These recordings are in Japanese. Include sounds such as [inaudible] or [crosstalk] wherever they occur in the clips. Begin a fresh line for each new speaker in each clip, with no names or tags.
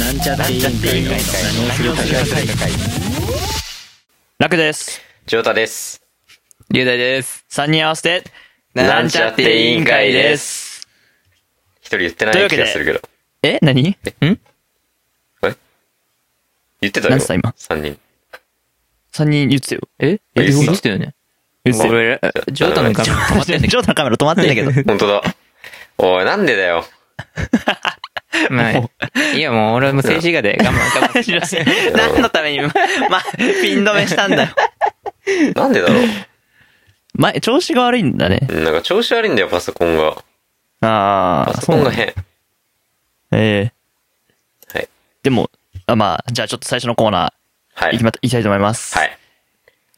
なんちゃって委員会の何をするか
楽です。
ジョータです。
龍大です。
3人合わせて、
なんちゃって委員会です。
す。
一人言ってな
というわ
い
け
気
で
がするけど。
え何
言ってたよ。
何歳今
三人。
?3 人言ってたよ。
え
え
え、
いいっすか
見てたよね。
言ってたよ。
俺、ジョータの
[laughs]
画面止まってんだけ
ジョータのカメラ止まってんだけ [laughs] ど。
本当だ。 [laughs] おい、なんでだよ。
ど。まあ、いやもう俺も静止画で我慢我慢。
何のために、ま、 [laughs] まピン止めしたんだよ。
なんでだろう。
ま、調子が悪いんだね。
うんなんか調子悪いんだよ、パソコンが。
あ
パ
あ、
ソ
そ
コ
う
ン
なんだ。
が変。
ええ
はい
でも、あまあ、じゃあちょっと最初のコーナ
は
ー、い
い
き。ま、いきたいと思います。
は。い。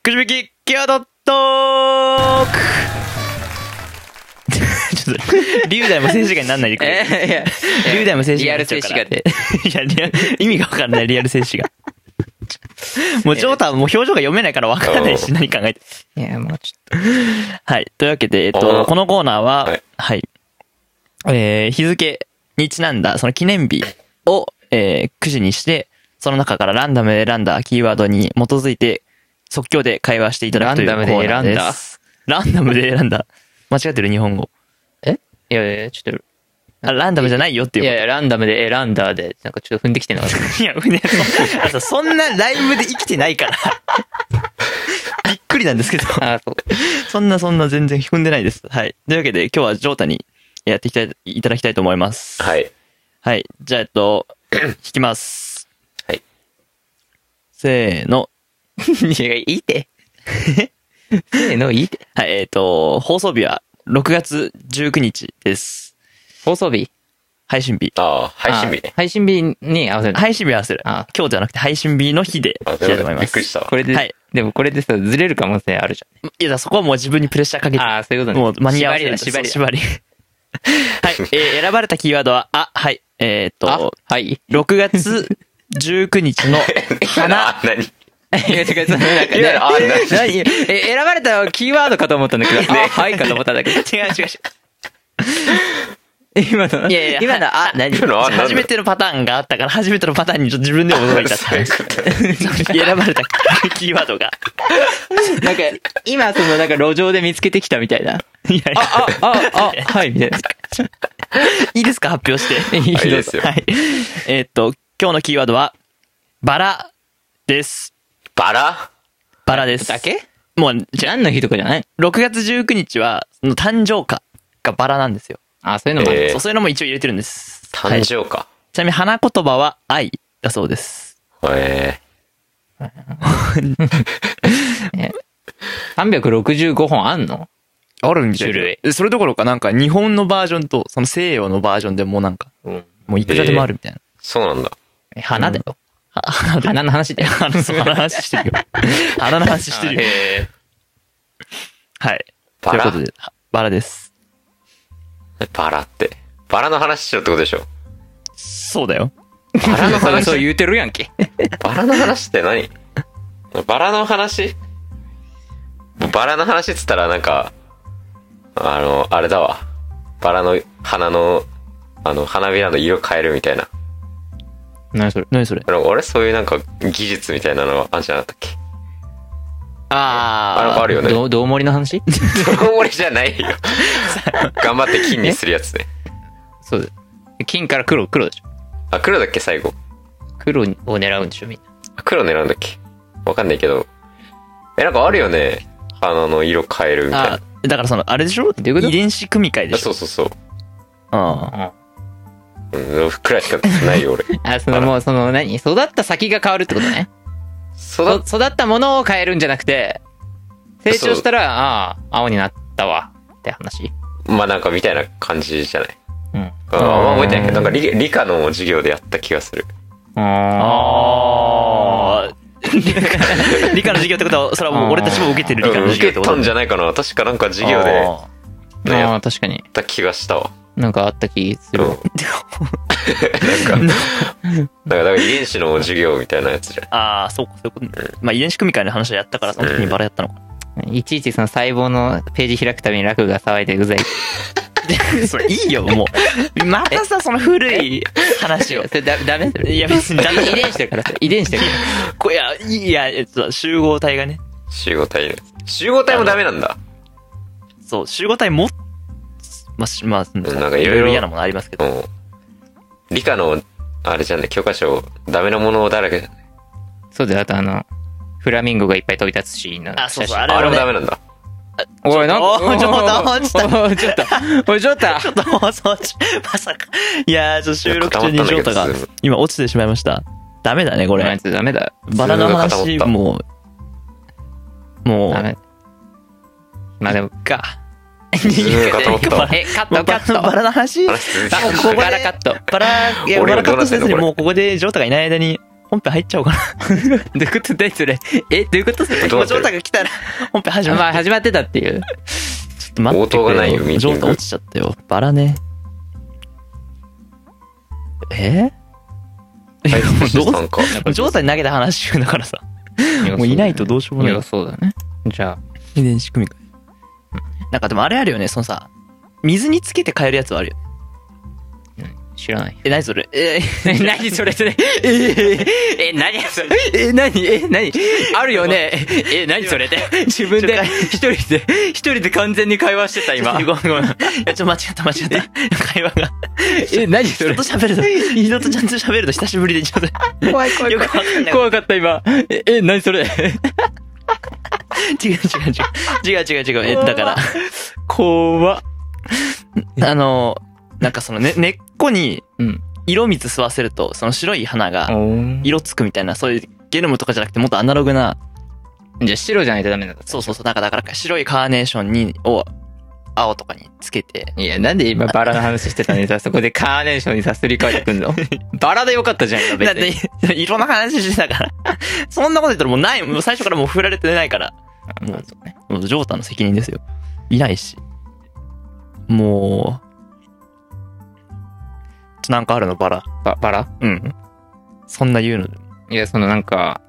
くじ引きキーワードトーク [laughs] ちょっと、龍大も静止画になんないでくれ。
え、 [laughs] いや、
龍大も静止画
リアル
静
静
止
止
画
画
で [laughs]
で。
いや、リア意味がわかんない、リアル静止画。もう、ジョータはもう表情が読めないからわかんないし、何考えて。
いや、もうちょっ
はい。というわけで、えっ
あ
と、
ー
このコーナーは、は
はいい、
えー、日付にちなんだ、その記念日を、えー、くじにして、その中からランダムで選んだキーワードに基づいて、即興で会話していただくというコ
ランダム
ー
で
ナ
選
ー
んだ
です。ランダムで選んだ。間違ってる、日本語。
と。えいやいや、ちょっと。
あ、ランダムじゃないよって [laughs] い
いうやいや、ランダムで、え、ランダーで、なんかちょっと踏んできて [laughs] なかった。
いや、ね、 [laughs] あとそんなライブで生きてない [laughs] から。びっくりなんですけど。
ああ、そう。
[laughs] そんなそんな全然踏んでないです。はい。というわけで、今日はジョータにやっていきたい、いただきたいと思います。
はい。
はい。じゃあ、えっと、弾きます。
はい。
せーの。
いや、いい [laughs] て。せーの、いいて。
はい、えっ、と、放送日は6月19日です。
放送日。
配信日。
ああ、配信日
あ
ね。
配信日に合わせる。
配信日は合わせる。今
あ
日じゃなくて配信日の日で
あ、
や
で
りたいと思い
も
ま
びっくり
す。
したわ
こ。れで、
はい
でもこれでさ、ずれる可能性あるじゃ
いや、だからそこはもう自分にプレッシャーかけ
ん。
て
ああ、そういうことね。
もう間に合わせない
縛りだ、
そう
縛り
縛り。 [laughs] はい。えー選ばれたキーワードは、あ、はい。えーっ
だ。
と、
あ、 [laughs] はい。
6月19日の花。
[laughs] あ、何
いや、てか、そのなんか、
いやあな
[laughs]
何え、選ばれたキーワードかと思ったんだけど、あ、はいかと思ったん [laughs] だけど。
違う違う違
[laughs] 今の、
いやいや
今の、あ、何
今のは
う。
何だ
初めてのパターンがあったから、初めてのパターンにちょっと自分でも驚いちゃった。選ばれたキーワードが。
なんか、今、その、なんか、路上で見つけてきたみたいな。
いやいや
あ、あ、あ、 [laughs] はい、みたいな。
いいですか発表して。
いい
あいいですよ
は。い。えーっと、今日のキーワードは、バラです。
バラ
バラです。
だけ
もう、じ
じ
ゃ
ゃあ、何の日とかじゃない
あ6月19日は、その誕生花がバラなんですよ。
あ、そういうのもある
えー
そうそういうのも一応入れてるんです。はい
誕
ち
生か。
なみに花言葉は愛だそうです。
へ
365本あんの
あるん
じゃない
それどころかなんか日本のバージョンとその西洋のバージョンでもうなんか、
うん。
もういくらでもあるみたいな。
え。そうなんだ。
花だよ。花の話だよ。
花そう花の話してるよ。花の話してるよ。
へえ。
はい。
バラ
ということで、はバラです。
バラって。バラの話しろってことでしょ。
そうだよ。
バラの話
そう言うてるやんけ。
バラの話って何バラの話バラの話っつったらなんか、あの、あれだわ。バラの花の、あの、花びらの色変えるみたいな。
何それ
何それ
あの俺そういうなんか技術みたいなのはあんじゃなかったっけあ
あ
の、あるよね。
どう、どうもりの話
俺じゃないよ。頑張って金にするやつ
[laughs]
ね。
[laughs] そうだよ。金から黒、黒でしょ。
あ、黒だっけ最後。
黒を狙うんでしょ、みんな。
あ黒狙うんだっけわかんないけど。え、なんかあるよね。花の色変えるみたい
あ
な。
ーだからその、あれでしょ
ういうこと
遺伝子組み換えで
あ
しょ
そうそうそう。
あ
うん。
うん、くらいしかな
[laughs]
いよ、俺。
あ、そのもう、その何育った先が変わるってことね。
育っ
そ育ったものを変えるんじゃなくて、成長したら、ああ、青になったわ、って話。
まあなんかみたいな感じじゃない。
うん。
うん、あんま覚えてないけど、なんか理理科の授業でやった気がする。
ああ。
あー。 [laughs] 理科の授業ってことは、それはもう俺たちも受けてる理科の
うん、
授業って
受け
こと
たんじゃないかな。確かなんか授業でや
あ
ね
ああ、確かに。
った気がしたわ。
なんかあった気す
うん。
る
な
わ
ん。か、なんか、なんか遺伝子の授業みたいなやつじゃん。
ーあー、そうか、そういうことね。まあ遺伝子組み換えの話をやったから、その時にバラやったのか。
いちいちその細胞のページ開くたびに楽が騒いでうざい。
[laughs] それいいよ、もう。 [laughs] またさ、その古い話 [laughs] を
そ。れダダメ
いや、別にダメ
遺伝子だから、遺伝子だから。
こいや、いや、えっと、集合体がね。
集合体ね。集合体もダメなんだ。
そう、集合体も、まあ、しまあ、
なんか
い
い
ろい
ろ
ろ
いろ
嫌なものありますけど。
うん。理科の、あれじゃんね、教科書、ダメなものだらけじゃんね。
そうだよ、あとあの、フラミンゴがいっぱい飛び立つシーンの
あそうそう
写
あ
真
れ
あれも
ね
ダメなんだ。
おい、なんか、
おいちょっと
おい
ちょっと
おいちょっと、おい、ちょっと、
ちょっと放送中、 [laughs] まさか。いやー、ちょっと収録中に
いや
ジョー
固
タ
ま
が
ったんだけど
今落ちてしまいました。ダメだね、こ
これ、
れ。
ダメだ。
バラの
ズ
話
ームが固ま
もう、も
ダ
う、
メ。まあでも、
か。
ズームが固まっ
バ
た。
え、カッ
[laughs] も
ト、
う
カ
バラ
ッ
のバ
ト。
ラの話もう
話続いて
あ
る
もうここバラカット。ど
バラ、いや、バ
俺
ラ
ら
カットせずに
どうなってんのこれ
もうここでジョータがいない間に、本編入っちゃおうかな。
ういうことだそれ。え、どういうことそ
[laughs]
れ
どうなって
ジョー
る
タが来たら、本編始まる
まあ、始まってたってい
ちょ
う。
っと待ってくれ
応答がないよミーティン
ジョ
グ
ータ落ちちゃったよ。バラね。え
は
え
い、
ど
参加。
うジョータに投げた話だからさ。もういないとどうしようも
い
ない
や、。そうだね。じゃ
遺伝子組み換え。なんかでもあれあるよね、そのさ、水につけて変えるやつはあるよ。
あ、知らない。
え、何それえ
え、 [laughs] 何それそれ。えー、え、何それ。え、何え、何あるよね。え、何それで。自分で、一人で、一人で完全に会話してた、今
今。。ごめんごめん。いや、ちょっと間違った間違った。会話が。
え、何そ
人
れ
と。喋ると、人とちゃんと喋ると久しぶりでちょっと。
怖い怖
よくわかんない。
[laughs] 怖かった、今。え、え、何それ。
違う違う違う。違う違う違う。え、だから。
怖っ。
あの、なんかそのね、根っこに
うん。
色水吸わせると、その白い花が
い
色つくみたいな、そういうゲノムとかじゃなくてもっとアナログな、
じゃあ白じゃないとダメなんだ。
そうそうそう、なんかだから白いカーネーションに、を青とかにつけて、
いや、なんで今バラの話してた [laughs] のにさ、そこでカーネーションにさ、すり替えてく [laughs] んのバラでよかったじゃん、今別
だっ
に。
て、
[laughs]
色の話してたから。そんなこと言ったらもうない、もう最初からもう振られてないから。もう
そうね
もうジョータの責任ですよ。いないし。もう、ちょなんかあるのバラ。
ババラ
うん。そんな言うの。
いや、そのなんか、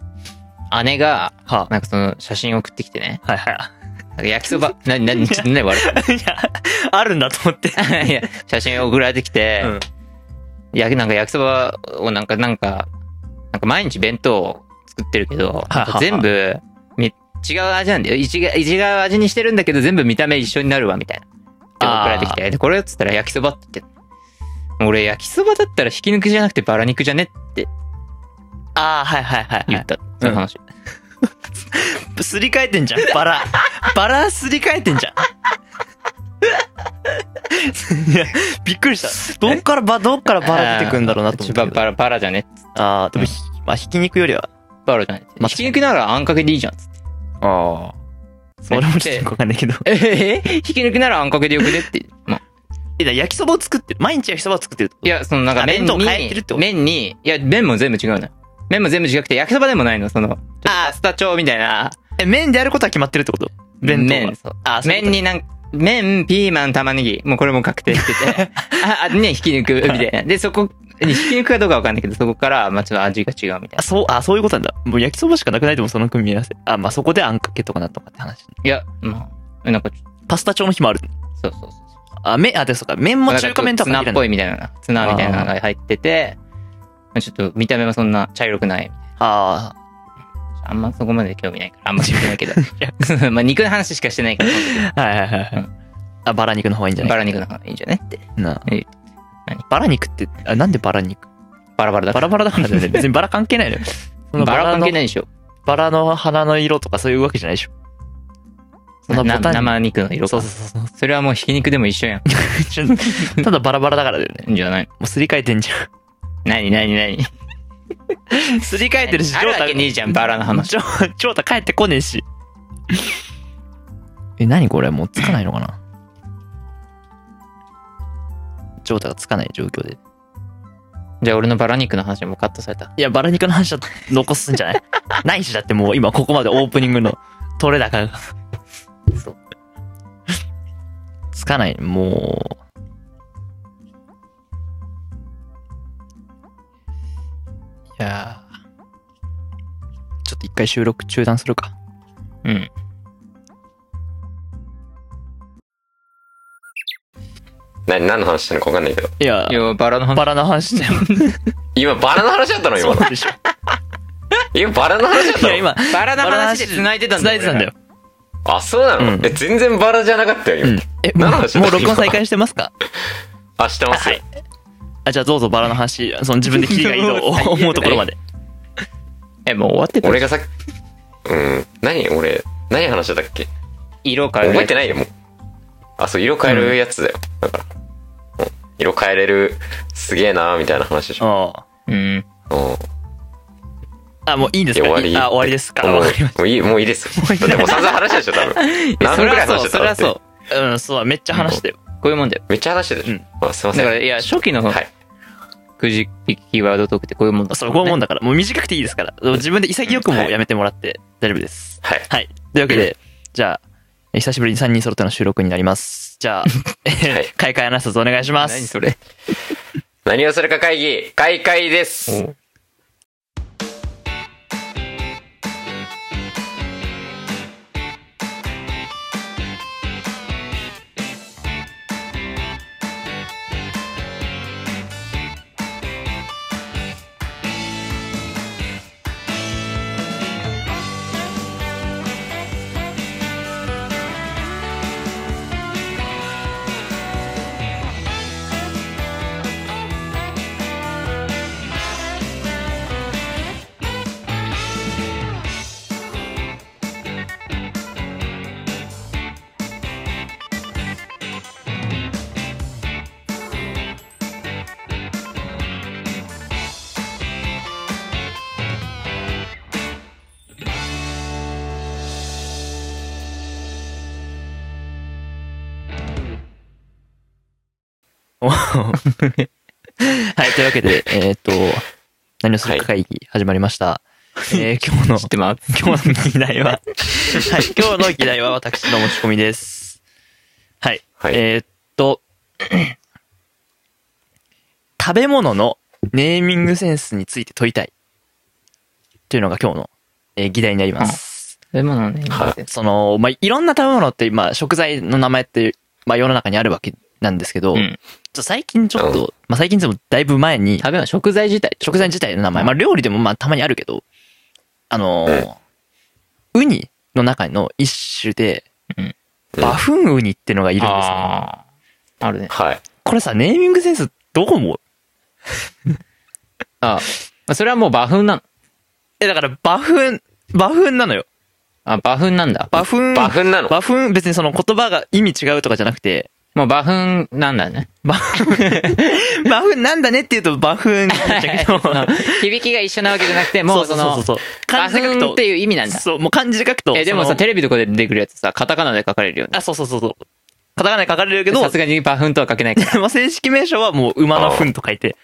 姉が、
は
なんかその写真送ってきてね。
あ、はいは
なんか焼きそ [laughs] ば、な、な、な、ちょっとね、悪
い。い [laughs] や、あるんだと思って。
[laughs] い。いや、写真送られてきて、
うん
やなんか焼きそばをなんか、なんか、なんか毎日弁当を作ってるけど、
ははは
全部、み、違う味なんだよ。一が違う味にしてるんだけど、全部見た目一緒になるわ、みたいな。で
あー
送られてきて、で、これっつったら焼きそばって言って、俺焼きそばだったらひき抜きじゃなくてバラ肉じゃねって
[laughs] ああ、はいはいはい、
言
は
った、その話。
い。すり替えてんじゃん、バラ。バラすり替えてんじ [laughs] ゃん。いや、びっくりした。どっからば、どっからバラ出てくんだろうなと思って
あーちょバラ、バラじゃね
ああ、でもひ、まあ、ひき肉よりは。
バラじゃない。
まあ
ひき肉ならあんかけでいいじゃんっつって。
ああ。それもちょっとよくわかんないけど。
ええひき肉ならあんかけでよくねって。まあ、
え、だから焼きそばを作ってる。毎日焼きそばを作ってるってこと
いや、そのなんか
あ
麺
弁
に
当変えてるってこと、
麺に、いや、麺も全部違うのよ。麺も全部違くて、焼きそばでもないの、その、
あ
パスタ調みたいな。
え、麺でやることは決まってるってこと弁当は
麺、。そう
あそういうこと
麺になん麺、ピーマン、玉ねぎ。もうこれも確定して
[laughs]
て。あ、あね、ひき肉、みたいな。で、そこ、ひき肉かどうかわかんないけど、そこから、まあ、ちょっと味が違うみた
あ、
いな。
そう、あ、そういうことなんだ。もう焼きそばしかなくないともその組み合わせ。あ、まあ、そこであんかけとかなんとかって話。
いや、まあ、なんかちょ、
パスタ調の日もある。
そうそうそう。
あ、麺、あ、で、そうか。麺も中華麺とか
なん
入
かちょ
れない。
っとツナっぽいみたいな。ツナみたいなのが入ってて、まあちょっと見た目もそんな茶色くない。
あ
あんまそこまで興味ないから、あんま興味ないけど。まあ肉の話しかしてないから、
あ。はいはいはいうはい。あ、バラ肉の方がいいんじゃな
バ
い
ラ肉の方がいいんじゃねって。
な
え
何バラ肉って、あ、なんでバラ肉
バラバラだ
バ
から。
ラバラだからだよね。別にバラ関係
[laughs]
ないのよ。その
バラ関係
の
ないでしょ。
バラの花の色とかそういうわけじゃないでしょ。そんな
な
ボタン
生肉の色
そう
か。
そうそうそう。
それはもうひき肉でも一緒やん。
ちょただバラバラだからだよね。
いいんじゃない
もうすり替えてんじゃ
なになになに [laughs]
ん。すり替えてるし、
あるわけねえじゃん、バラの話。
ちょ、ちょうた帰ってこねえし。え、何これもうつかないのかなジョータがつかない状況で。
じゃあ俺のバラ肉の話はもうカットされた。
いや、バラ肉の話は残すんじゃないないし、だってもう今ここまでオープニングの取れ高が。そう。つかない、もう。いやーちょっと一回収録中断するか。
うん。
何、何の話してんのか分かんないけど。
いや
い、や、バラの話。
バラの話じゃん。
今、バラの話だったの今の。
でしょ。
今、バラの話だっ
い
たの
や、今、
バラの話で繋いでたんだ
繋いでたんだよ。
あ、そうなの、
うん
え、全然バラじゃなかったよ、
う
今。
ん。え、も
何の話だ
う、もう録音再開してますか
あ、してますよ。
あ、じゃあどうぞバラの話、その自分で聞きがいいと思うところまで。
え、もう終わってた
俺がさっき、うん、何俺、何話してたっけ
色変える。
覚えてないよ、もう。あ、そう、色変えるやつだよ。だから。うん色変えれる、すげえなーみたいな話でしょ。
あ
うん。
うん。
あ、もういいんですか
いや終わり
いいあ、終わりですか。
もう
わかりまし
もういい、もういいです。だってもう散々話したでしょ、多分。何
そ
分
り
くら
ゃ
い話
そ
し
う、
てた
そりゃそう。
た。 [laughs] うん、そう、めっちゃ話したよ。
こういうもんだよ。
めっちゃ話してたでしょ。あすいま
だ
せん。
から、いや、初期の
はい。
くじ引きワードトークってこういうもんだ。
そう、こういうもんだから。もう短くていいですから。自分で潔くもやめてもらって大丈夫です。
はい。
はい。というわけで、じゃあ、え久しぶりに3人揃っての収録になります。じゃあ、 [laughs]
はい
え開会アナウンスお願いしま
何
す。
それ。
何をするか会議、開会です。
[laughs] はい。というわけで、えーっと、何をするか会議始まりました。えー今日の
[laughs] 知っ、てます。
今日の議題は、はい。今日の議題は私の持ち込みです。はい。
はい
えーっと、食べ物のネーミングセンスについて問いたい。というのが今日の、えー議題になります。
そういうものね。
は
その、まあ、いろんな食べ物って、まあ、食材の名前って、まあ、世の中にあるわけなんですけど、
う
ちょ
ん。
っと最近ちょっ
うん
と、まあ、最近でもだいぶ前に、
食べ物、食材自体。
食材自体の名前、まあ、料理でもまあ、たまにあるけど、あのーウニの中の一種で
うん、
バフンウニってのがいるんですね。
ああ。あるね。
はい。
これさ、ネーミングセンスどこも、
ああ。それはもうバフンなの。
え、だから、バフン、バフンなのよ。
あ、バフンなんだ。
バフン、
バフンなの
バフン、別にその言葉が意味違うとかじゃなくて、
もうバフンなんだね。
バフン、 [laughs] バフンなんだねって言うとバフンになっちゃうけど、
[laughs] 響きが一緒なわけじゃなくて、もうその、
そうそうそうそう
バフンっていう意味なんだ。
そう、もう漢字で書くと。
え、でも
そ
さ、
の
テレビとかで出てくるやつさ、カタカナで書かれるよね。
あ、そうそうそうそう。カタカナで書かれるけど、
さすがにバフンとは書けないから。
まあ正式名称はもう馬の糞と書いて、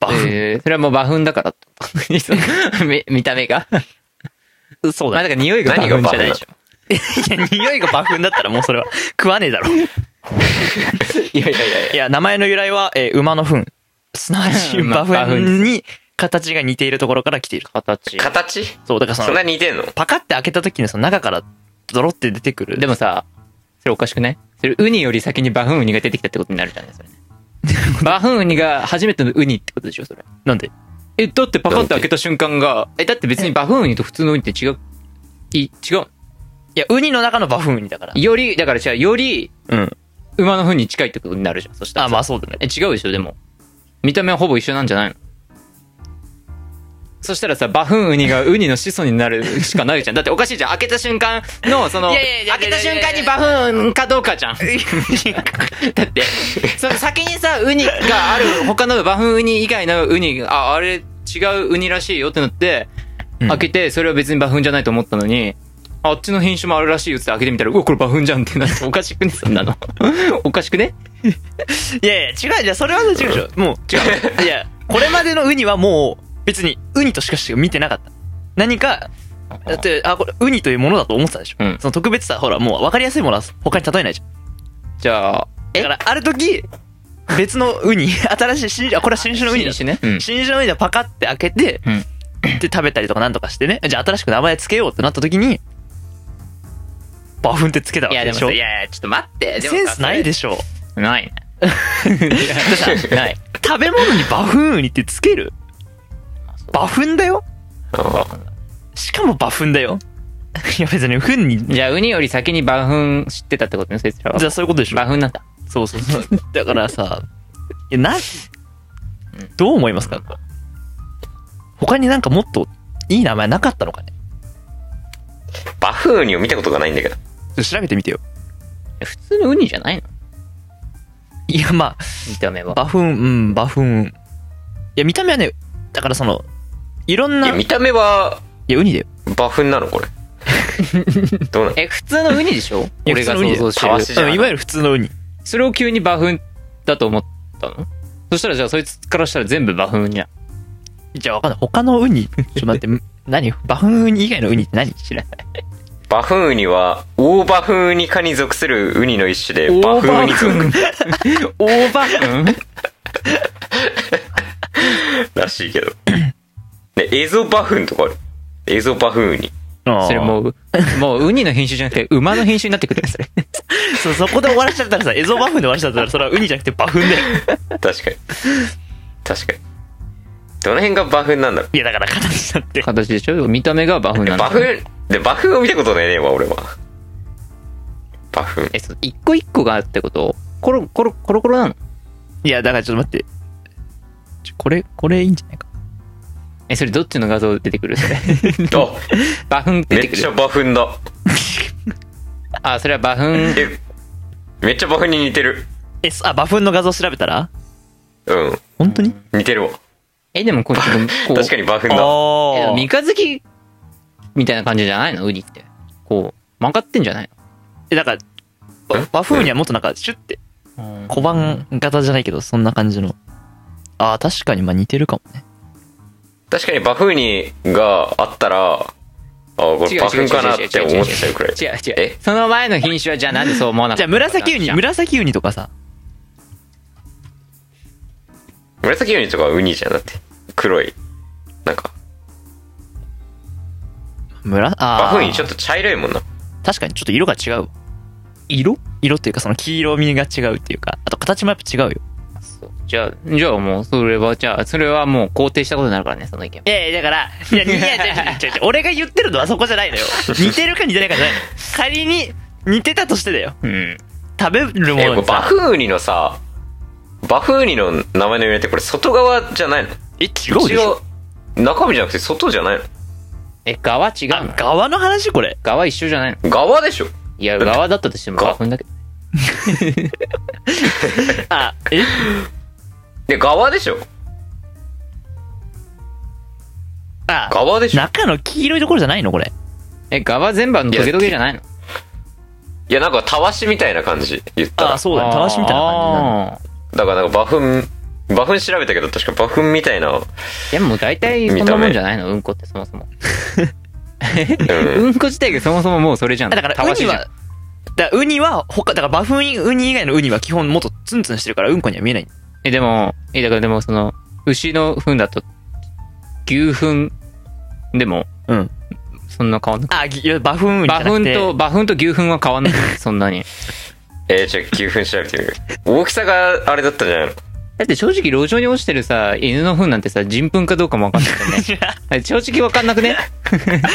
バフン。
えーそれはもうバフンだからと。 [laughs] 見見た目
[laughs]
が。
そう
まあ
だ。
だから匂いがバフンじゃないでしょ。
いや、匂いがバフンだったらもうそれは食わねえだろ。
いやいやいや
いや、名前の由来は、えー馬の糞。すなわち、
うんまあ
バフンに形が似ているところから来ている。
形。
形
そう、だからそ
そん
の
な、似てん [laughs] の
パカって開けた時にその中からドロって出てくる。
でもさ、それおかしくないそれウニより先にバフンウニが出てきたってことになるじゃないそ
[laughs]
れね。バフンウニが初めてのウニってことでしょそれ。
なんで
え、だってパカって開けた瞬間が、え、だって別にバフンウニと普通のウニって違う。い、違う。
いや、ウニの中のバフンウニだから。
より、だから違う、より
うん。
馬の糞に近いってことになるじゃん。そしたら
あ、
さ。
まあそうだね。
え、違うでしょでも。見た目はほぼ一緒なんじゃないのそしたらさ、バフンウニがウニの子孫になるしかないじゃん。だっておかしいじゃん。開けた瞬間の、その、
い
開
やいやいやいや
け
いや
た瞬間にバフンかどうかじゃん。だって、その先にさ、ウニがある、他のバフンウニ以外のウニ、あ、あれ違うウニらしいよってなって、
うん
開けて、それは別にバフンじゃないと思ったのに、あっちの品種もあるらしいよって開けてみたら、うわ、これバフンじゃんってなって、おかしくねそんなの。おかしくね
いやいや、違う、じゃあそれは違うでしょ。もう、違う。いや、これまでのウニはもう、別にウニとしかしか見てなかった。何か、だって、あ、これ、ウニというものだと思ってたでしょ。
うん
その特別さ、ほら、もう分かりやすいものは他に例えないじゃん。
じゃあ、
だから、ある時、別のウニ、新しい新種、あ、これは新種のウニだ。
新種ねうん
新種のウニだ、パカって開けて、
うん
で、食べたりとかなんとかしてね。じゃあ、新しく名前つけようってなった時に、バフンってつけたわ
いや
け
で
で
も
しょ。
さいやいや、ちょっと待って。
センスないで
し
しょ。
ょ。ないね。 [laughs]
ない。食べ物にバフンウニってつけるバフンだよしかもバフンだよいや別にフンに、
じゃあ、ウニより先にバフン知ってたってことね、そいつらは。
じゃあそういうことでしょ
バフンなんだ。
そうそうそう。だからさ、いや、な、どう思いますか他になんかもっといい名前なかったのかね
バフーニを見たことがないんだけど。
調べてみてよ。
普通のウニじゃないの
いや、ま
見た目
あ、
は。
バフン、うん、バフン。いや、見た目はね、だからその、いろん
い
な、
や、
い
見た目は、
や、ウニだよ。
バフンなの
[laughs]
これ。どうなの
え、普通のウニで [laughs] しょ
いや
俺が
普通のウニ
想
だよ
像して
たわ
る
し。じゃない
うんいわゆる普通のウニ。
それを急にバフンだと思ったのそしたらじゃあそいつからしたら全部バフンにゃ。
じゃあわかんない。他のウニ、ちょっと待って、む何バフンウニ以外のウニって何知らない。
バフンウニは、大バフンウニ科に属するウニの一種で、バフンウニ
ン
族。
[laughs] 大バフン
らしい
[laughs]
けど。ね、映像バフンとかある。映像バフンウニ。
そ
[laughs] それもう、もうウニの編集じゃなくて馬の編集になってくるよそれ。
そう、そこで終わらしちゃったらさ、エゾバフンで終わらしちゃったら、それはウニじゃなくてバフンで。
確かに。確かに。どの辺がバフンなんだろ
いや、だから形だって。
[laughs] 形でしょ見た目がバフンな
う。
んだ。
バフン、で、バフンを見たことないね、今俺は。バフン。
え、そう、一個一個があるってことコロコロ、コロコロなの
いや、だからちょっと待って。ちょこれ、これいいんじゃないか。
え、それどっちの画像出てくる
[laughs]
それ。
あ、
バフン出
め
て
っ
く
ちゃ
る。
バフンだ。
あ、それはバフン。
え、めっちゃバフンに似てる。
え、そあ、バフンの画像調べたら
うん。
本当に
似てるわ。
え、でもこう、こう
確かにバフン
あ
だ。
えでも三
ー。
日月みたいな感じじゃないのウニって。こう、曲がってんじゃない
え、だから、バ
え
バフンにはもっとなんか、シュって、
の
小判型じゃないけど、そんな感じの。ああ、確かに、まあ似てるかもね。
確かにバフンにがあったら、あ、これバフンかなって思っちゃうくらい。
違う違う。
え
その前の品種はじゃあなんでそう思わなかった
じゃあ、紫ウニ、紫ウニとかさ。
紫ウニとかはウニじゃんだって。黒い。なんか、
むら、ああ。
バフンウニちょっと茶色いもんな。
確かにちょっと色が違うわ。
色
色っていうか、その黄色みが違うっていうか、あと形もやっぱ違うよ。
じゃあ、じゃあもう、それは、じゃあ、それはもう肯定したことになるからね、その意見。
いやいや、だから、いや、
[laughs]
いや、違う違う違う違う俺が言ってるのはそこじゃないのよ。似てるか似てないかじゃないの。仮に、似てたとしてだよ。
うん。
食べるも
え、
の
これ
に
バ
さ。
フンウニのさ、バフンウニの名前の由来ってこれ外側じゃないの
え、違うでしょ
違う中身じゃなくて外じゃないの
え、側違う
あ
の、
側の話これ。
側一緒じゃないの
側でしょ
いや、側だったとしても
が
バフンだけど。
あ、え
で、側でしょ
あ、
側でしょ
中の黄色いところじゃないのこれ。
え、側全部あの、
いや
トゲトゲじゃないの
いや、なんかたわしみたいな感じ言ったら
あ、。そうだね。たわしみたいな感じなんだ。
感じ
だからなんかバフン、バフン調べたけど確かバフンみたいな、
でも大体こんなもんじゃないのうんこってそもそも。
うん。
[laughs] うんこ自体がそもそももうそれじゃん。
あだから、
たわ
ウ
し
ニ
じゃん
は、だからウニは、他、だからバフンウニ以外のウニは基本もっとツンツンしてるから、うんこには見えない。
え、でも、え、だからでもその、牛の糞だと、牛糞でも、
うん。
そんな変わんなく
あ、ぎいやバフンウニじゃ
バ
な
フ
く
ン
て。
と、バフンと牛糞は変わ [laughs] んない。そんなに。
えー、 [laughs] じゃあ9分調べてみる。大きさがあれだったんじゃないの
だって正直路上に落ちてるさ、犬の糞なんてさ、人糞かどうかもわかん [laughs] ないよね。正直わかんなくね
まあま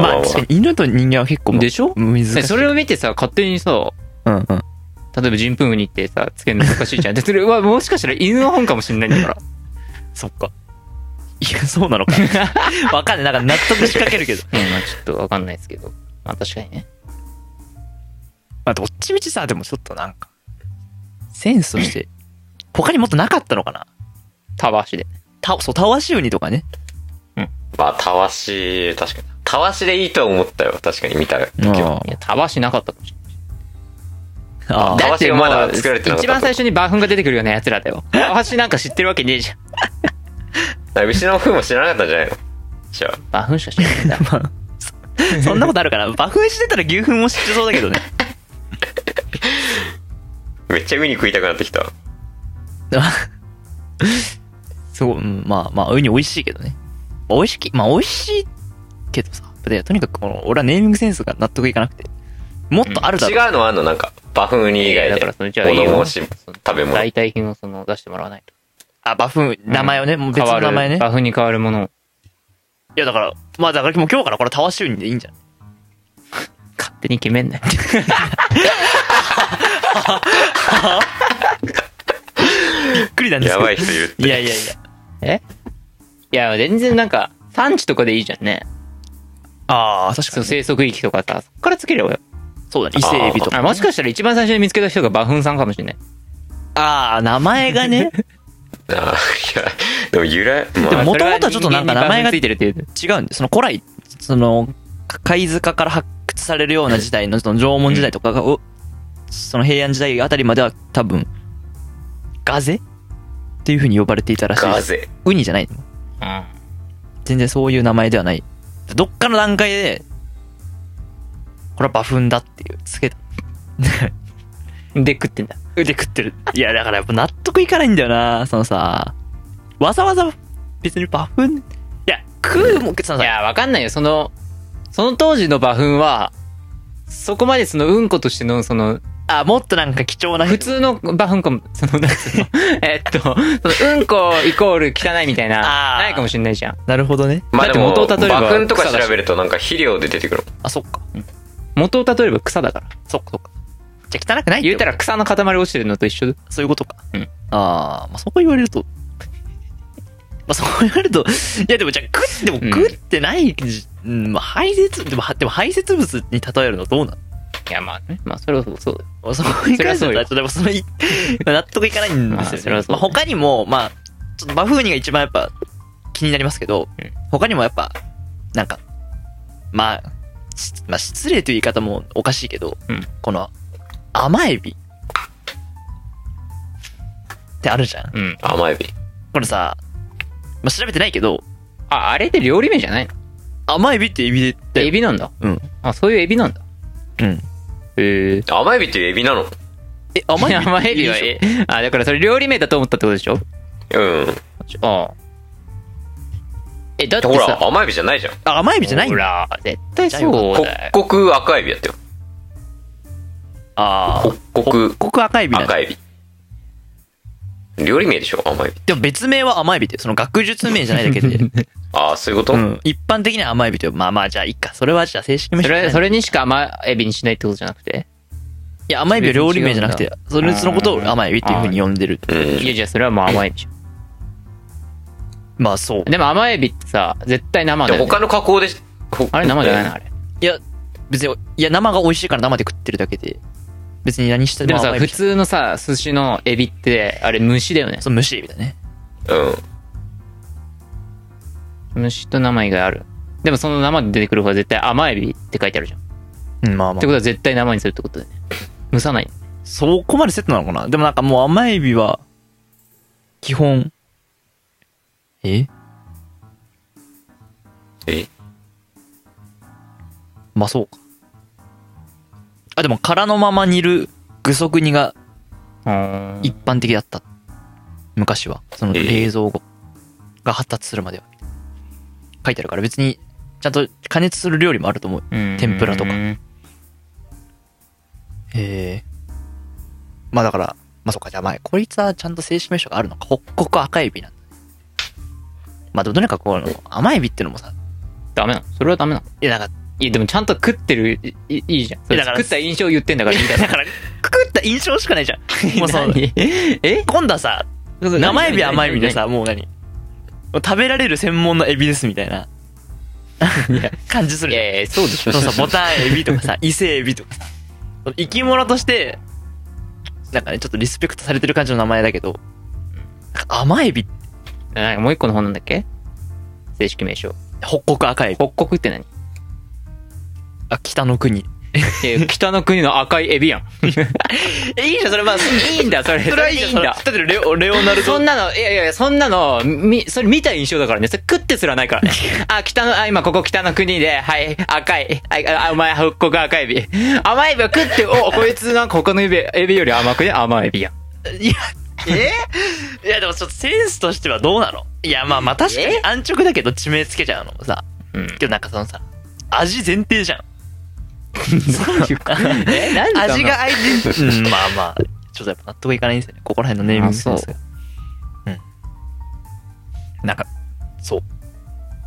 [laughs] まあ、
ま
確かに犬と人間は結構もう
でしょ
難しい。
それを見てさ、勝手にさ、
うんうん。
例えば人糞ウニってさ、つけるの難しいじゃん。で、それはもしかしたら犬の糞かもしれないんだから。
そっか。いや、そうな [laughs] のか。わかんない。なんか納得しかけるけど。
うん、まあちょっとわかんないですけど。まあ確かにね。
[laughs] まあ、どっちみちさ、でもちょっとなんか、センスとして、他にもっとなかったのかな
タワシで。
た、そう、たわしウニとかね。
あ。まあ、たわし、確かに。たわしでいいとは思ったよ。確かに見た時は。
いや、タワシなかったかもしれな
あ
い。
だ
あ。
たわしがまだ作られてなかった
一番最初にバフンが出てくるような奴らだよ。たわしなんか知ってるわけねえじゃん。
だから牛の糞も知らなかったんじゃないのじゃあ。
バフンしか知らないんだ。
[laughs] まあそそんなことあるから、バフンしてたら牛糞も知ってそうだけどね。
めっちゃウニ食いたくなってきた。
[laughs] そう、うん、まあまあ、ウニ美味しいけどね。美味しき、まあ美味しいけどさ。いやとにかくこの、俺はネーミングセンスが納得いかなくて。もっとあるだろ
違うのあんのなんか。バフンウニ以外
だ
で
からそのじゃあいいよ
物申し食べ物
代替品をその出してもらわないと。
あ、バフン、名前をね、もう別
変
の
わる
名前ね。い
バフに変わるものを。
や、だから、まあだからもう今日からこれタワシュウニでいいんじゃん。
勝手に決めんね。
びっくりなんですけ
や
ど。
ばい人いるって
いやいやいや。
えいや、全然なんか、産地とかでいいじゃんね。
ああ、確か
そう、
に。
生息域とかさ、そこからつければよ。
そうだね。伊勢エビとか。
あ、もしかしたら一番最初に見つけた人がバフンさんかもしれない。
ああ、名前が
[laughs]
ね、
あーいやでも由来ま
で
あ
も元々はちょっとなんか名前が
それは人間にバフンついてるっていう。
違うんで、その古来、その、貝塚から発掘されるような時代の、その縄文時代とかが、おその平安時代あたりまでは多分、ガゼっていう風に呼ばれていたらしいで
ガ
す。
ゼ
ウニじゃないの
うん。
全然そういう名前ではない。どっかの段階で、これはバフンだっていう、つけた。
で食ってんだ。
腕食ってる。いや、だからやっぱ納得いかないんだよな、そのさ、わざわざ別にバフン、いや、食うもん、その
い
さ、
や、わかんないよ。その、その当時のバフンは、そこまでそのうんことしての、その、
あ、もっとなんか貴重な、
普通のバフンかも、その、なん [laughs] つうのえっと、そのうんこイコール汚いみたいな、
あー
ないかもしれないじゃん。
なるほどね。
まあでも
だって元を例えば
バフンとか
草だし
調べるとなんか肥料で出てくる
あ、そっか。
元を例えば草だから。
そっかそっか。じゃあ汚くないって
言うたら草の塊落ちてるのと一緒だ。
そういうことか。
うん
ああ、まあそう言われると。まあそう言われると、いやでもじゃあ食っても
うん
食ってないじ、うん、まあ排泄、でもはでも排泄物に例えるのどうなの
いや、まあね。まあ、それはそうそうだよ。
まあそういう感じだ
そりゃそう
と
よ
ちょっとでもそのい、納得いかないんで
まあ
すよね。
そり
ま
ゃ
あ
そうだね
他にも、まあ、ちょっとバフーニが一番やっぱ気になりますけど、
うん
他にもやっぱ、なんか、まあ、しまあ失礼という言い方もおかしいけど、
うん
この甘エビってあるじゃん。
うん。
甘エビ
これさ、まあ調べてないけど、
あ、あれって料理名じゃないの
甘エビってエビでって、
エビなんだ。
うん。
あ、そういうエビなんだ。
うん。
へえ。
甘エビっていうエビなの
え、甘エビ
甘エビは、え、あ、だからそれ料理名だと思ったってことでしょ
うん
ああ。え、だって
ほ
さ
ら、甘エビじゃないじゃん
あ甘エビじゃないん
ほ
だ。
ら、絶対そうだよ。
北国赤エビやったよ
ああ。
北国
ここ赤エビなんだ
赤エビ料理名でしょ甘エビ
でも別名は甘エビって、その学術名じゃないだけ
[laughs]
で。
ああそういうこと、
うん。一般的には甘エビと呼ぶ。まあまあ、じゃあ、いっか。それはじゃあ正式名称
そ
じゃない。
れ、それにしか甘エビにしないってことじゃなくて。
いや、甘エビは料理名じゃなくて、それ、そのことを甘エビっていうふうに呼んでる。
うん
いや、じゃあそれはもう甘エビじゃ
まあそう。
ん。でも甘エビってさ、絶対生
で
だ
も
よ、ね。
他の加工でほ
あれ生じゃないのあれ。
いや、別に、いや、生が美味しいから生で食ってるだけで。別に何して
でもさ、
甘エビ
普通のさ、寿司のエビって、あれ虫だよね。
そう、蒸しエビだね。
うん
虫と生以外ある。でもその生で出てくる方は絶対甘エビって書いてあるじゃん。って
うん、まあま
こと
あ。
は絶対生にするってことだよね。蒸さない。
そこまでセットなのかなでもなんかもう甘エビは、基本、え
え
まあそうか。あ、でも殻のまま煮る具足煮が
あ
一般的だった。昔は。その
ええ
冷蔵庫が発達するまでは。書いてあるから別に、ちゃんと加熱する料理もあると思う。天ぷらとか
うん
ええまあだから、まあそっか、じゃあまあ、こいつはちゃんと正式名称があるのか。北国赤エビなんだね。まあでもとにかくこの甘エビってのもさ、
ダメなのそれはダメなの
いやなんか、
いや、でもちゃんと食ってる、いいいいじゃん。そ
い
れ
やだから
食った印象を言ってんだからいいだろ
だから、くくった印象しかないじゃん。もうその、
[laughs] 何え
今度はさ、生エビは甘エビでさ、もう何もう食べられる専門のエビですみたいな。 [laughs] 感じする
い
じゃん。
やいや、そうでしょ。
そう
[laughs]
そう、ボタンエビとかさ、伊勢エビとかさ、その生き物として、なんかね、ちょっとリスペクトされてる感じの名前だけど、なんか甘エビ、
なんかもう一個の方なんだっけ正式名称。
北国赤エビ、
北国って何
あ北の国。
え、北の国の [laughs] 赤いエビやん。
え、いいじゃん、それまあ、そ
いいんだ、それ。それはいいんだ。
だってレオ、レオナルド
そん。なの、いやいやいや、そんなの、み、それ見た印象だからね。それ食ってすらない [laughs] からね。あ、北の、あ、今ここ北の国で、はい、赤い。あ、あお前、北国赤エビ。甘エビは食って、お、こいつなんか他のエビ、エビより甘くね甘エビやん。
いや、 [laughs] えいや、でもちょっとセンスとしてはどうなのいや、まあまあ確かに
え
安直だけど地名つけちゃうのもさ、
うん
けどなんかそのさ、味前提じゃん。 [laughs]
え、なんで
味が愛人、うん、まあまあ、ちょっとやっぱ納得いかないんですよね。ここら辺のネーミングセンスが。うん。なんか、そう。ま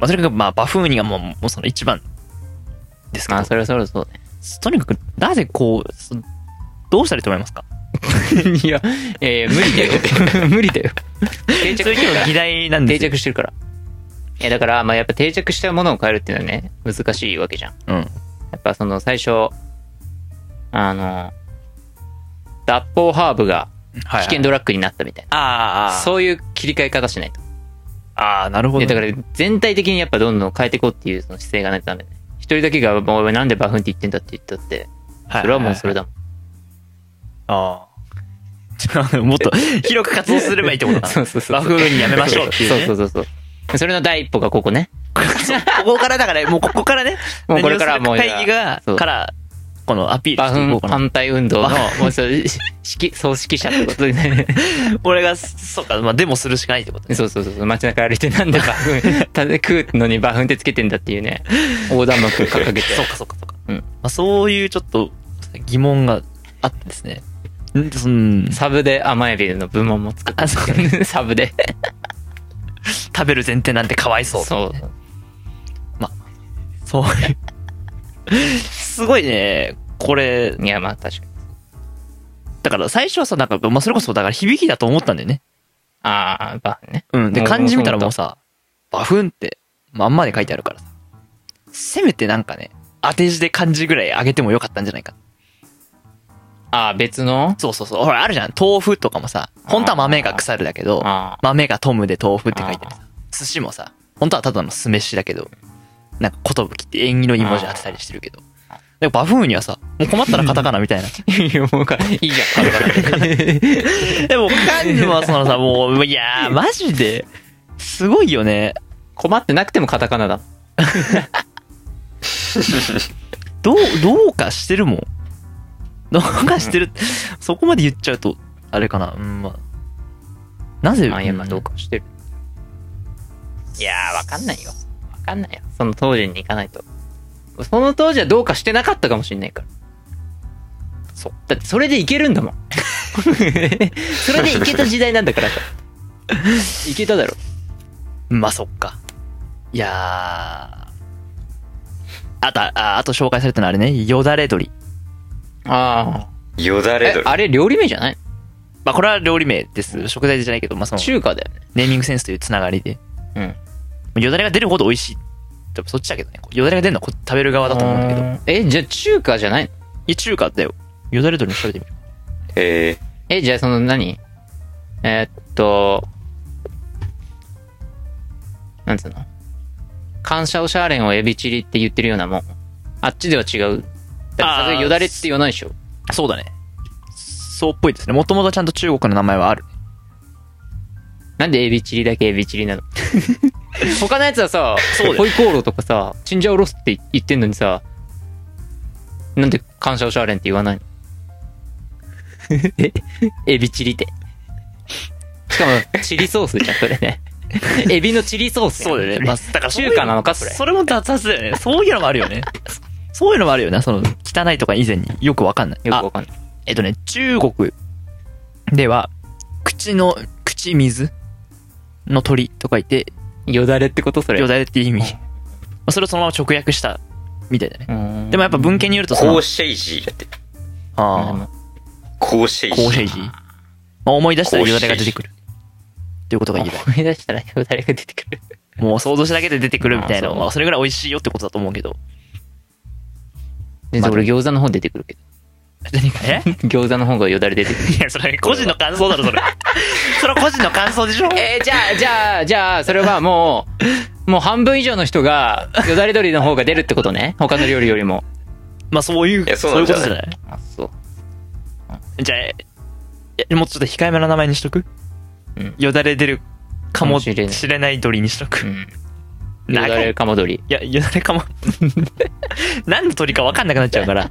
あ、それが、まあ、バフーニがもう、もうその一番ですけど
まあ、、それはそろそうね。
とにかく、なぜこう、そどうしたらいいと思いますか
[laughs] いや、いやいや、無理だよ。 [laughs] 無理だよ。定
そ
着
れ
して
結
るから
構議。題なんで
定
すよ。
着してるから。いや、だから、まあ、やっぱ定着したものを変えるっていうのはね、難しいわけじゃん。
うん。
やっぱその最初、あの、脱法ハーブが危
はい
険ドラッグになったみたいな。
ああ、
そういう切り替え方しないと。
ああ、なるほど。
でだから全体的にやっぱどんどん変えていこうっていうその姿勢がないとダメだね。一人だけが、もうお前なんでバフンって言ってんだって言ったって、
はい、
それはもうそれだもん。
ああ。じゃあ、もっと広く活動すればいいってことかな。
[laughs] そうそうそう
バフーニやめましょうっていう、ね。
そうそうそうそう。それの第一歩がここね。
ここからだから、もうここからね、
もうこれからはもう
何をするか会議が
そ、う
から、このアピール
バ
し
フ
ていこ
ン
うかな。
反対運動の
バ、
もうそう、指揮、総指揮者ってことでね。
俺が、そうか、まあ、デモするしかないってことね。
そうそうそうそう、街中歩いてなんでバフン、た食うのにバフンってつけてんだっていうね、横断幕掲げて。
そうか、そうか、そうか。
うん
まあ、そういうちょっと疑問があってですね。んそん
サブで甘エビの部門も作
あそう
って、サブで。
食べる前提なんてかわいそう。
そう。
そういう。すごいね、これ、
いや、まあ確かに。
だから最初はさ、なんか、まあ、それこそ、だから響きだと思ったんだよね。
ああ、バフンね。
うん。で、
もう
漢字見たら
も
も
う
うさ、バフンって、まんまで書いてあるからさ。せめてなんかね、当て字で漢字ぐらい上げてもよかったんじゃないか。
ああ、別の
そうそうそう。ほら、あるじゃん。豆腐とかもさ、本当は豆が腐るだけど、
あ
豆がトムで豆腐って書いてあるさ。寿司もさ、本当はただの酢飯だけど、なんか言葉切って縁起のいい文字当てたりしてるけど。でバフンにはさ、もう困ったらカタカナみ
[laughs]
たいな。
あ。いや、もうか、いいじゃん、カタカナで。
でも、漢字はそのさ、もう、いやー、
[laughs]
マジで、すごいよね。
困ってなくてもカタカナだ。
どう、どうかしてるもん。どうかしてる。そこまで言っちゃうと、あれかな。うん、まあ。なぜ、
まあ、いや、まあ、
ん
どうかしてる。いやー、わかんないよ。わかんないよ。その当時に行かないと。その当時はどうかしてなかったかもしれないから。そう。だって、それでいけるん [laughs] だもん。それでいけた時代なんだからさ。いけただろ。
まあ、そっか。いやー。あと、ああと紹介されたのはあれね、よだれ鳥。
あ
よだ
あ。
れ
え、
ど
あれ、料理名じゃない
まあ、これは料理名です。食材じゃないけど、まあ、その、
中華だよね。
ネーミングセンスというつながりで。
うん。
よだれが出るほど美味しい。でもそっちだけどね。よだれが出るのはこ食べる側だと思うんだけど。
ど。え、じゃあ中華じゃないの
いや中華だよ。よだれ鳥に調べてみる。
え
え、じゃあその何えーっと、なんつうの感謝おしゃれんをエビチリって言ってるようなもん。あっちでは違う。だから
あー
さすがによだれって言わないでしょ。
そうだね。そうっぽいですね。もともとちゃんと中国の名前はある。
なんでエビチリだけエビチリ
[laughs]
なの他のやつはさ、
そうだよ
ホイコーローとかさ、チンジャオロースって言ってんのにさ、なんで感謝おしゃれんって言わないのえエビチリって。しかも、チリソースじゃん、そ
[laughs]
れね。エビのチリソースやん
そうだよね。
れ
まあ、だから
中華なのかそれ
それも雑々だよね。そういうのもあるよね。 [laughs] そういうのもあるよね。その、汚いとか以前によくわかんない。
よく
あ
わ、かんない。
えっとね、中国では、口の、口水の鳥と書いて、
よだれってことそれ。
よ
れ。
だれっていう意味。
うん
まあそれをそのまま直訳した、みたいだね。で
で
も
も、
やっぱ文献によると
ー、
そ
コー
の、
シェイジーだって。
ああ、
コーシェイジー。
コーシェイジー。まあ、思い出したらよだれが出てくる。ということが言える。
思い出したらよだれが出てくる。
もう想像しただけで出てくるみたいな。
あそう
まあ、それぐらい美味しいよってことだと思うけど。
全然俺餃子の方出てくるけど。
何かね
餃子の方がよだれ出てくる。
いや、それ個人の感想だろ、
[laughs]
それ。それは個人の感想でしょ
えー、じゃあ、じゃあ、じゃあ、それはもう、もう半分以上の人が、よだれ鶏の方が出るってことね。他の料理よりも。
まあ、そういう、
いや
そ
そうう
い
な
うんこ
じ
とじ
ゃな
ゃ
い
ない
あ、そう。
じゃあ、いやもうちょっと控えめな名前にしとく
うん
よだれ出るかも
かもしれない
しれない鳥にしと
う
く。
ん。
な
よだれかまどり。
いや、よだれかも。 [laughs] 何の鳥か分かんなくなっちゃう
[laughs]
から。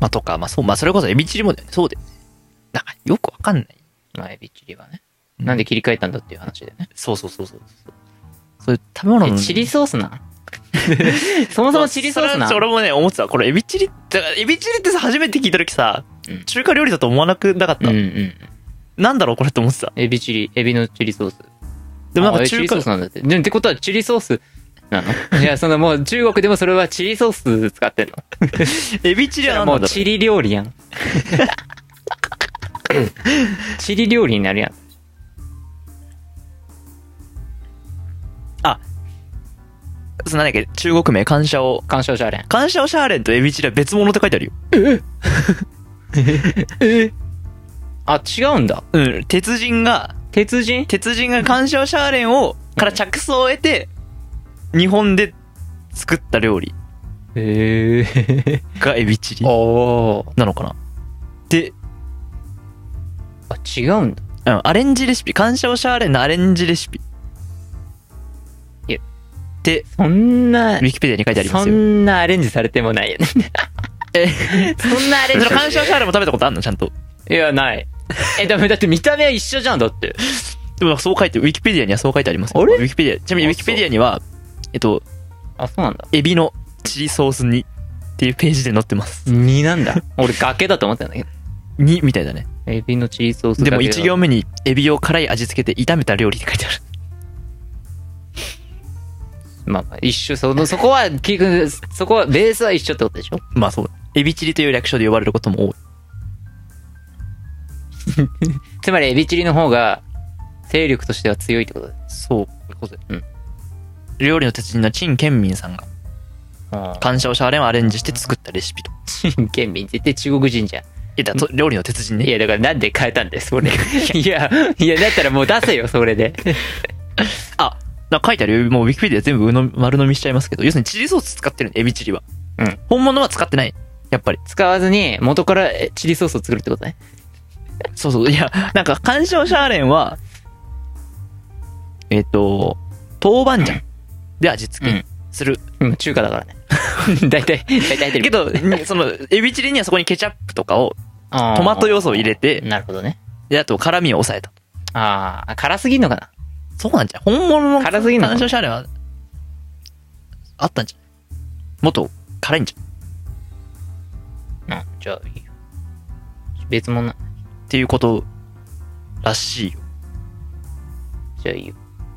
まあ、とか、まあ、そう、まあ、それこそエビチリもだよね。そうだよね。なんか、よく分かんない。
まあ、エビチリはね。なんで切り替えたんだっていう話でね。
そうそうそうそう。そういう食べ物
え
の。 [laughs]
チリソースなそもそもチリソースな
それは俺もね、思ってた。これ、エビチリって、だからエビチリってさ、初めて聞いた時さ、中華料理だと思わなくなかっ
うん
た。
うん。
なんだろう、これって思ってた。
エビチリ、エビのチリソース。
でもなん
あ
か
えチ
中
リソ
華
ース、なんだって。でもってことはチリソースなの
[laughs]
いや、そのもう中国でもそれはチリソース使ってんの。
エビチリは何
も
なん
う
だろ
チリ料理
[laughs]
やん。チリ料理になるやん。
う。そのなんだっけ、中国名、感謝を。
干渉シャーレン。
感謝をシャーレンとエビチリは別物って書いてあるよ。
あ、違うんだ。
うん、鉄人が、
鉄人
鉄人が鑑賞シャーレンを、から着想を得て、日本で作った料理
へえ。
がエビチリ
[laughs] おー
なのかな。で、
あ、違うんだ。
うん、アレンジレシピ、鑑賞シャーレンのアレンジレシピ。
いや
で、
そんな
ウィ、キペディアに書いてありま
そ
すよ。
んなアレンジされてもないよね。
え、
[laughs] そんなアレ
そ
ン
の
ジ
鑑賞シャーレンも食べたことあるのちゃんと。
いや、ない。え、でもだって見た目は一緒じゃん、だって。
でもなんかそう書いて、ウィキペディアにはそう書いてありますよ。
あれ
ウィキペディア、ちなみにウィキペディアには、えっと、
あ、そうなんだ。
エビのチリソース煮っていうページで載ってます。
2なんだ。俺、崖だと思ってたんだけど。
煮みたいだね。
エビのチリソース
でも
だけ
1行目に、エビを辛い味付けて炒めた料理って書いてある。 [laughs]
まあまあ、一緒、その、そこは、結局、そこは、ベースは一緒ってことでしょ
まあそう。エビチリという略称で呼ばれることも多い。
つまり、エビチリの方が、勢力としては強いってことだ。
そう。
うん。
料理の鉄人の陳建民さんが、
あ
感謝をシャーレンをアレンジして作ったレシピと。
陳建民、絶対中国人じゃ
え、だと、料理の鉄人
ん。い
ね。
や、だからなんで変えたんだよ、それ。 [laughs] いや、いや、だったらもう出せよ、それで。
あ、なんか書いてあるよ。もうウィキペディア全部うの丸飲みしちゃいますけど、要するにチリソース使ってるのエビチリは。
うん。
本物は使ってない。やっぱり。
使わずに、元からえチリソースを作るってことね。
そうそう。いや、なんか、干渉シャーレンは、えっ、と、豆板醤で味付けする。 [laughs]
うん、中華だからね。大体、大体入ってる
けど、にその、エビチリにはそこにケチャップとかを、
あー
トマト要素を入れて、
なるほどね。
で、あと辛味を抑えた。
ああ、辛すぎんのかな
そうなんじゃん。本物の
辛すぎんのかな
干渉シャーレンは、あったんじゃん。もっと辛いんじゃん。
うん、じゃあいいよ。別物
っ
な。
ていうことらしいよ。
じゃあいいよ。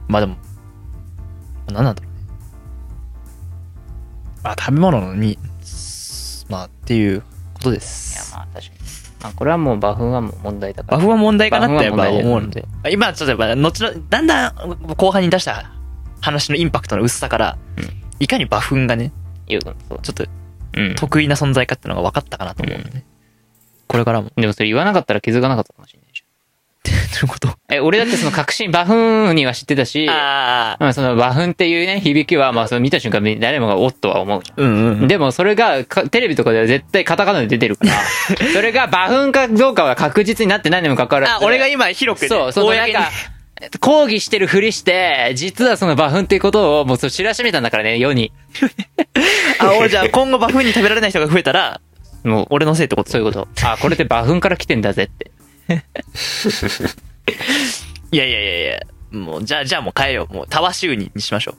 まあでも、何なんだろうね。まあ食べ物に、すまあっていうことで
いや
す。
まあ確かに。まあこれはもうバフンはもう問題だか
バ
ら。
フは問題かなってやっ
バ
ぱ
フは問題だよ
思うので。今ちょっとやっぱ、後の、だんだん後半に出した話のインパクトの薄さから、
うん
いかにバフンがね、
ゆうくん、そう。
ちょっと
うん。
得意な存在かっていうのが分かったかなと思うので、これからも。
でもそれ言わなかったら気づかなかったかもしれないじ
ということ。
ゃん。え、俺だってその確信、バフンには知ってたし、
ああ。
まあそのバフンっていうね、響きは、まあその見た瞬間誰もがおっとは思うじゃん。
うんうん。
でもそれがかテレビとかでは絶対カタカナで出てるから、 [laughs] それがバフンかどうかは確実になってないにもかかわらず。
あ、俺が今広くね
そう、そのなん
公に
か、抗議してるふりして、実はそのバフンっていうことをもうそう知らしめたんだからね、世に。
あ、俺じゃあ今後バフンに食べられない人が増えたら、
もう、
俺のせいってこと
そういうこと。 [laughs] あ、これってバフンから来てんだぜって。
いやいやいやいや、もう、じゃあ、じゃあもう変えよう。もう、たわしウニにしましょう。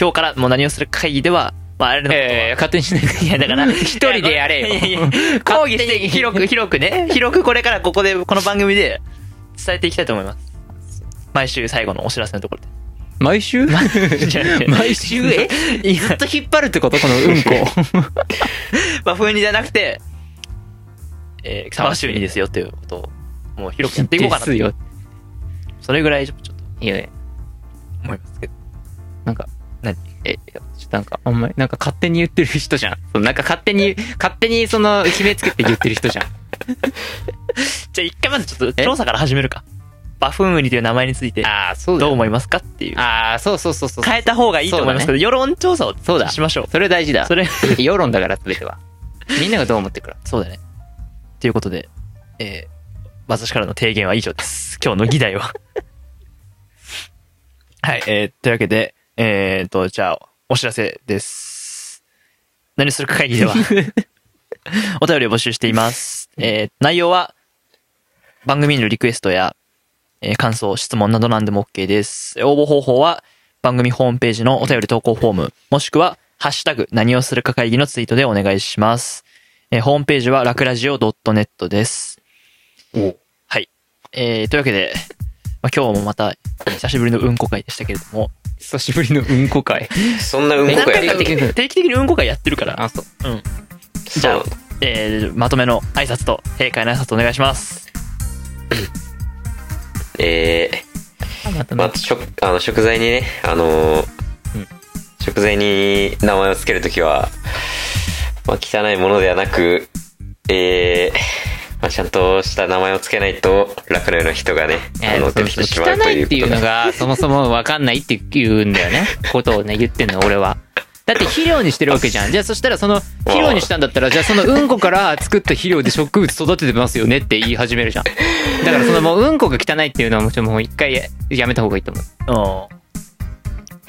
今日からもう何をする会議では、まあ、あれのことは、
え [laughs] え勝手に [laughs] しないで。
いや、だから、
一人でやれよ
いいや抗議して、 [laughs] 広く、広くね、広くこれからここで、この番組で伝えていきたいと思います。毎週最後のお知らせのところ
毎 [laughs] 週
で。じゃ [laughs] あ
毎週えずっと引っ張るってことこのうんこ。
[laughs] まあ、風にじゃなくて、えー、たわしウニですよっていうことを、もう広くやっていこうかな
ですよ
と。。それぐらい、ちょっと
いやいや、
思いますけど。
なんか、
何
え、いやちょっとなんか、あんまり、なんか勝手に言ってる人じゃん。そのなんか勝手に、勝手にその、決めつけて言ってる人じゃん。
じゃあ一回まずちょっと調査から始めるか。バフンウニという名前について、
[laughs] ああ、そうだ
どう
よ。
思いますかっていう。
ああ、そうそうそうそう。
変えた方がいいと思いますけど、世論調査を
そうだ
しましょう。
それ大事だ。
それ、
世論だから全ては。みんながどう思ってる [laughs] から。
そうだね。ということで、えー、私からの提言は以上です。 [laughs] 今日の議題は。はい、えー、というわけで、えーと、じゃあ、お知らせです。何するか会議では、お便りを募集しています。えー、内容は、番組へのリクエストや、えー感想、質問など何でも OK です。応募方法は、番組ホームページのお便り投稿フォーム、もしくは、ハッシュタグ、何をするか会議のツイートでお願いします。えーホームページは、ラクラジオ .net です。
お
はい。えー、というわけで、まあ、今日もまた、久しぶりのうんこ会でしたけれども、
久しぶりのうんこ会。
そんなうんこ
何
が
回
や
か
る
定期定期的にうんこ会やってるから、
あ、そう。
じゃあ、えー、まとめの挨拶と、閉会の挨拶お願いします。
えー、
また
まあ、食あの食材にね、あのー
うん
食材に名前を付けるときは、まあ、汚いものではなく、えーまあ、ちゃんとした名前を付けないと、楽のような人がね、あの、出てきてしま
汚
うと
い
いう
ってい
こ
う
と
の
で。
が、そもそもわかんないって言うんだよね。ことをね、言ってんの、俺は。だって肥料にしてるわけじゃん。じゃあそしたらその肥料にしたんだったら、じゃあそのうんこから作った肥料で植物育ててますよねって言い始めるじゃん。だからそのもううんこが汚いっていうのはもちろんもう一回やめた方がいいと思う。
うん。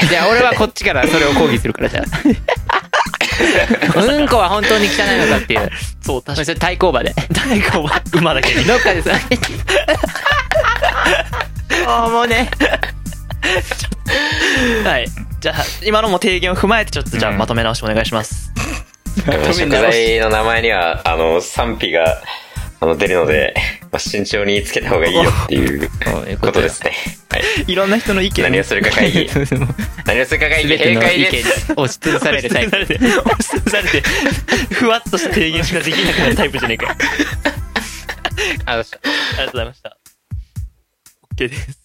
じゃあ俺はこっちからそれを抗議するからじゃあ。うんこは本当に汚いのかっていう。
そう、確
そ
か
れ
に。
対抗馬で。
誰かは馬だけに。
どっかでさ。ああ、もうね。
[laughs] はい。じゃあ、今のも提言を踏まえて、ちょっとじゃあ
うん
まとめ直しお願いします。
まあ食材の名前には、あの、賛否が、あの、出るので、まあ、慎重に付けた方がいいよっていう
そういう
こ
こ
とと
で
ですすね。はい。
いろんな人の意見
何をするか会議。何をするか会議、閉会
意見
です。
に押しつぶされる
[laughs]
タイプ。
押し潰されて、ふわっとした提言しかできなくなるタイプじゃねえか。あり
あ、どうした
がとうございました。OK です。